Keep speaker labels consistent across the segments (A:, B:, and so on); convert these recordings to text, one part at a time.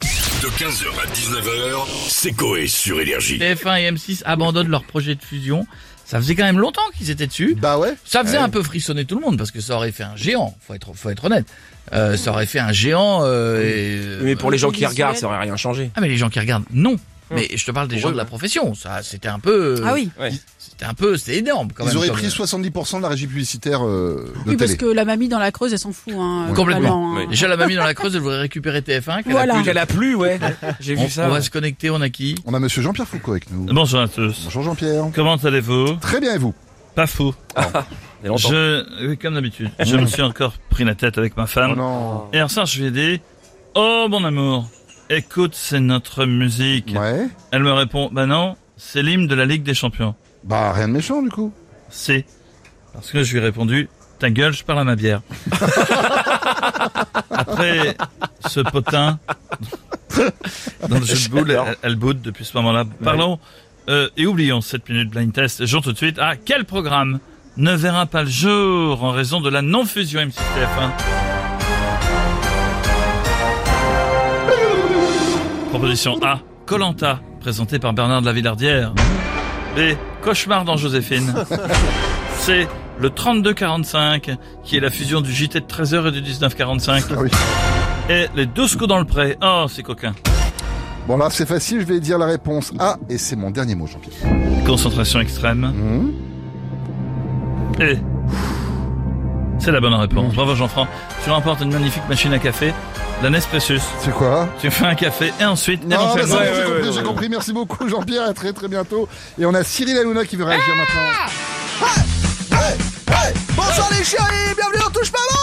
A: De 15h à 19h, c'est Coé sur Énergie.
B: TF1 et M6 abandonnent leur projet de fusion. Ça faisait quand même longtemps qu'ils étaient dessus.
C: Bah ouais.
B: Ça faisait un peu frissonner tout le monde parce que ça aurait fait un géant. Faut être, faut être honnête. Euh, ça aurait fait un géant. euh, et-
D: Mais pour les gens qui
E: Visuel.
D: regardent, ça aurait rien changé.
B: Ah mais les gens qui regardent, non. Mais je te parle des
D: Pour
B: gens
D: eux,
B: de la
D: ouais.
B: profession. Ça, c'était un peu. euh,
E: Ah oui.
D: Ouais.
B: C'était un peu, c'était énorme quand
C: Ils
B: même.
C: auraient
B: comme- euh,
C: pris 70% de la régie publicitaire euh, de
E: Oui, parce
C: télé.
E: que la mamie dans la Creuse, elle s'en fout. Hein,
B: Ouais. Complètement.
E: globalement, hein.
D: Oui.
B: Déjà la mamie dans la Creuse, elle voudrait récupérer TF1. qu'elle a
E: Voilà.
B: plus.
D: Qu'elle a plu, ouais. J'ai
B: On,
D: vu ça.
B: on va
D: ouais.
B: se connecter. On a qui
C: On a monsieur Jean-Pierre Foucault avec nous.
F: Bonjour à tous.
C: Bonjour Jean-Pierre.
F: Comment allez-vous
C: Très bien et vous
F: Pas fou.
D: Il y a longtemps.
F: Je, oui, comme d'habitude, je me suis encore pris la tête avec ma
C: Oh
F: femme.
C: non.
F: Et hier soir, je lui ai dit, oh mon amour, écoute, c'est notre musique.
C: Ouais.
F: Elle me répond, bah non, c'est l'hymne de la Ligue des Champions.
C: Bah rien de méchant du coup.
F: C'est. Parce que je lui ai répondu, ta gueule, je parle à ma bière. Après ce potin, dans le jeu de boules, elle, elle boude depuis ce moment-là. Parlons euh, et oublions cette minute blind test. Jean tout de suite. Ah, quel programme ne verra pas le jour en raison de la non-fusion M6-TF1 Proposition A, Colanta, présenté par Bernard de la Villardière. B. Cauchemar dans Joséphine. C. Le 32-45, qui est la fusion du JT de 13h et du 19-45.
C: Ah oui.
F: Et les deux secours dans le pré. Oh, c'est coquin.
C: Bon là c'est facile, je vais dire la réponse A et c'est mon dernier mot Jean-Pierre.
F: Concentration extrême.
C: Hmm.
F: Et. C'est la bonne réponse. Bravo Jean-Franc. Tu remportes une magnifique machine à café, la Nespressus.
C: C'est quoi
F: Tu fais un café et ensuite,
C: Non, mais Ah, bah, c'est bon,
F: éventuellement.
D: ouais,
C: j'ai
D: ouais,
C: compris,
D: ouais,
C: j'ai
D: ouais.
C: compris. Merci beaucoup Jean-Pierre, à très très bientôt. Et on a Cyril Hanouna qui veut réagir maintenant.
G: Bonsoir les chéris, bienvenue dans Touche pas bon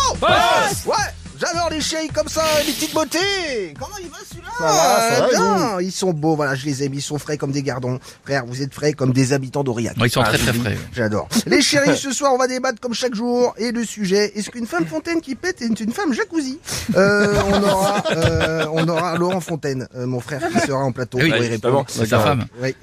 G: Ouais, j'adore les chéris comme ça, les petites beautés Comment il va celui-là Eh
C: Ça va, ça va, et
G: Bien, ils sont beaux, voilà, je les aime, ils sont frais comme des gardons. Frère, vous êtes frais comme des habitants d'Aurillac.
B: Ils sont
G: Ah,
B: très
G: je
B: très
G: vous dis,
B: frais.
G: J'adore. Les chéris, ce soir, on va débattre comme chaque jour. Et le sujet, est-ce qu'une femme fontaine qui pète est une femme jacuzzi Euh, on aura, euh, on aura Laurent Fontaine, euh, mon frère, qui sera en plateau
B: Ah oui,
G: pour y
B: ouais,
G: répondre.
B: C'est sa femme.
G: Oui.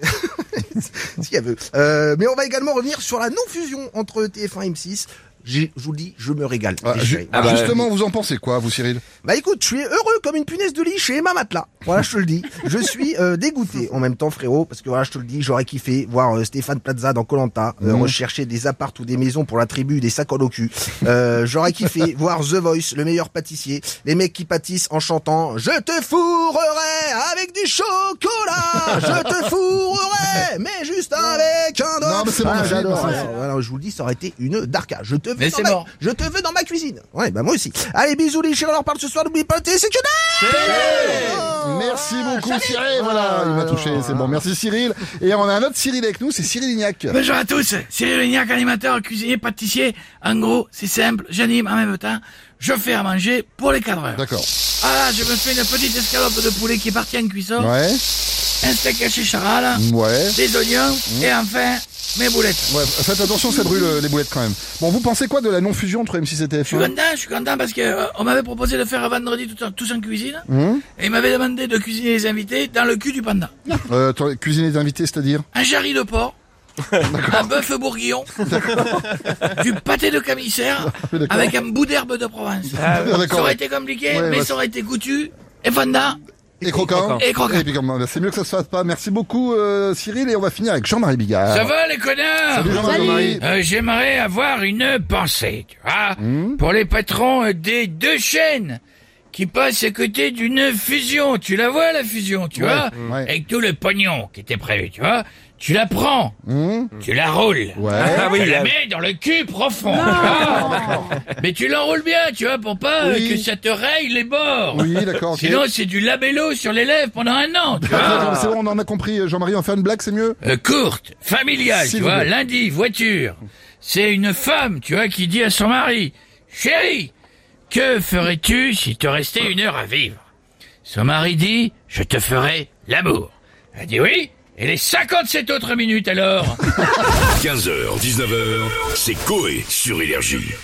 G: si elle veut. Euh, mais on va également revenir sur la non-fusion entre TF1 et M6. J'ai- Je vous le dis, je me régale.
C: Ah,
G: les
C: ju-
G: chéris.
D: Ah bah,
C: Justement, vous en pensez quoi, vous Cyril
G: Bah écoute, je suis heureux comme une punaise de lit chez Emma Matelas. Voilà, je te le dis. Je suis euh, dégoûté en même temps, frérot, parce que voilà, je te le dis, j'aurais kiffé voir euh, Stéphane Plaza dans Colanta euh,
C: Mhm.
G: rechercher des appartes ou des maisons pour la tribu des sacoles au cul. Euh, j'aurais kiffé voir The Voice, le meilleur pâtissier, les mecs qui pâtissent en chantant "Je te fourrerai avec du chocolat, je te fourrerai, mais juste avec un
C: Non,
G: autre."
C: mais c'est bon,
G: Ah,
C: merci,
G: j'adore.
C: merci.
G: Voilà, je vous le dis, ça aurait été une darka. Je te veux
B: Mais
G: dans
B: c'est
G: ma-
B: mort.
G: Je te veux dans ma cuisine. Ouais, bah moi aussi. Allez, bisous les chéris, on leur parle ce soir. N'oubliez pas le télé, c'est que
C: Oh, Merci beaucoup Cyril, voilà, il m'a touché, c'est bon. Merci Cyril. Et on a un autre Cyril avec nous, c'est Cyril Ignac.
B: Bonjour à tous, Cyril Lignac, animateur, cuisinier, pâtissier. En gros, c'est simple, j'anime en même temps, je fais à manger pour les cadreurs.
C: D'accord.
B: Ah là, je me fais une petite escalope de poulet qui est partie en cuisson,
C: Ouais.
B: un steak à chicharral,
C: Ouais.
B: des oignons et enfin mes boulettes.
C: Ouais, faites attention, ça brûle euh, les boulettes quand même. Bon, vous pensez quoi de la non-fusion entre M6 et
B: Je suis
C: TF1
B: content, je suis content parce que euh, on m'avait proposé de faire un vendredi tout en, tous en cuisine
C: Hum
B: et ils m'avaient demandé de cuisiner les invités dans le cul du panda.
C: euh, attendez, Cuisiner les invités, c'est-à-dire
B: Un jarry de porc, un bœuf bourguignon, du pâté de commissaire
C: Oui, d'accord.
B: avec un bout d'herbe de Provence.
C: Ah,
B: bah, Ça
C: D'accord.
B: aurait
C: ouais.
B: été compliqué,
C: Ouais,
B: mais
C: ouais.
B: ça aurait été coutu et fanda.
C: Et croquant.
B: Et croquant.
C: puis, comme, euh, c'est mieux que ça se fasse pas. Merci beaucoup, euh, Cyril. Et on va finir avec Jean-Marie Bigard.
B: Ça va les connards
C: Ah. Salut, Jean-Marie. Jean-Marie.
B: Euh, J'aimerais avoir une pensée, tu vois,
C: Hmm.
B: pour les patrons euh, des deux chaînes qui passent à côté d'une fusion. Tu la vois, la fusion, tu
C: Ouais,
B: vois
C: ouais.
B: Avec tout le pognon qui était prévu, tu vois Tu la prends,
C: Hum
B: tu la roules.
C: Ouais.
D: Ah oui,
B: Tu la
D: là.
B: mets dans le cul profond. tu vois Mais tu l'enroules bien, tu vois, pour pas euh,
C: Oui.
B: que ça te raye les bords.
C: Oui, d'accord. ok.
B: Sinon, c'est du labello sur les lèvres pendant un an, tu vois.
C: D'accord, C'est bon, on en a compris. Jean-Marie, on fait une blague, c'est mieux
B: Euh, courte, familiale, tu
C: S'il vous
B: vois,
C: plaît.
B: lundi, voiture. C'est une femme, tu vois, qui dit à son mari, chérie, que ferais-tu si te restait une heure à vivre Son mari dit, je te ferai l'amour. Elle dit oui, et les 57 autres minutes alors
A: 15h, 19h, c'est Coé sur Énergie.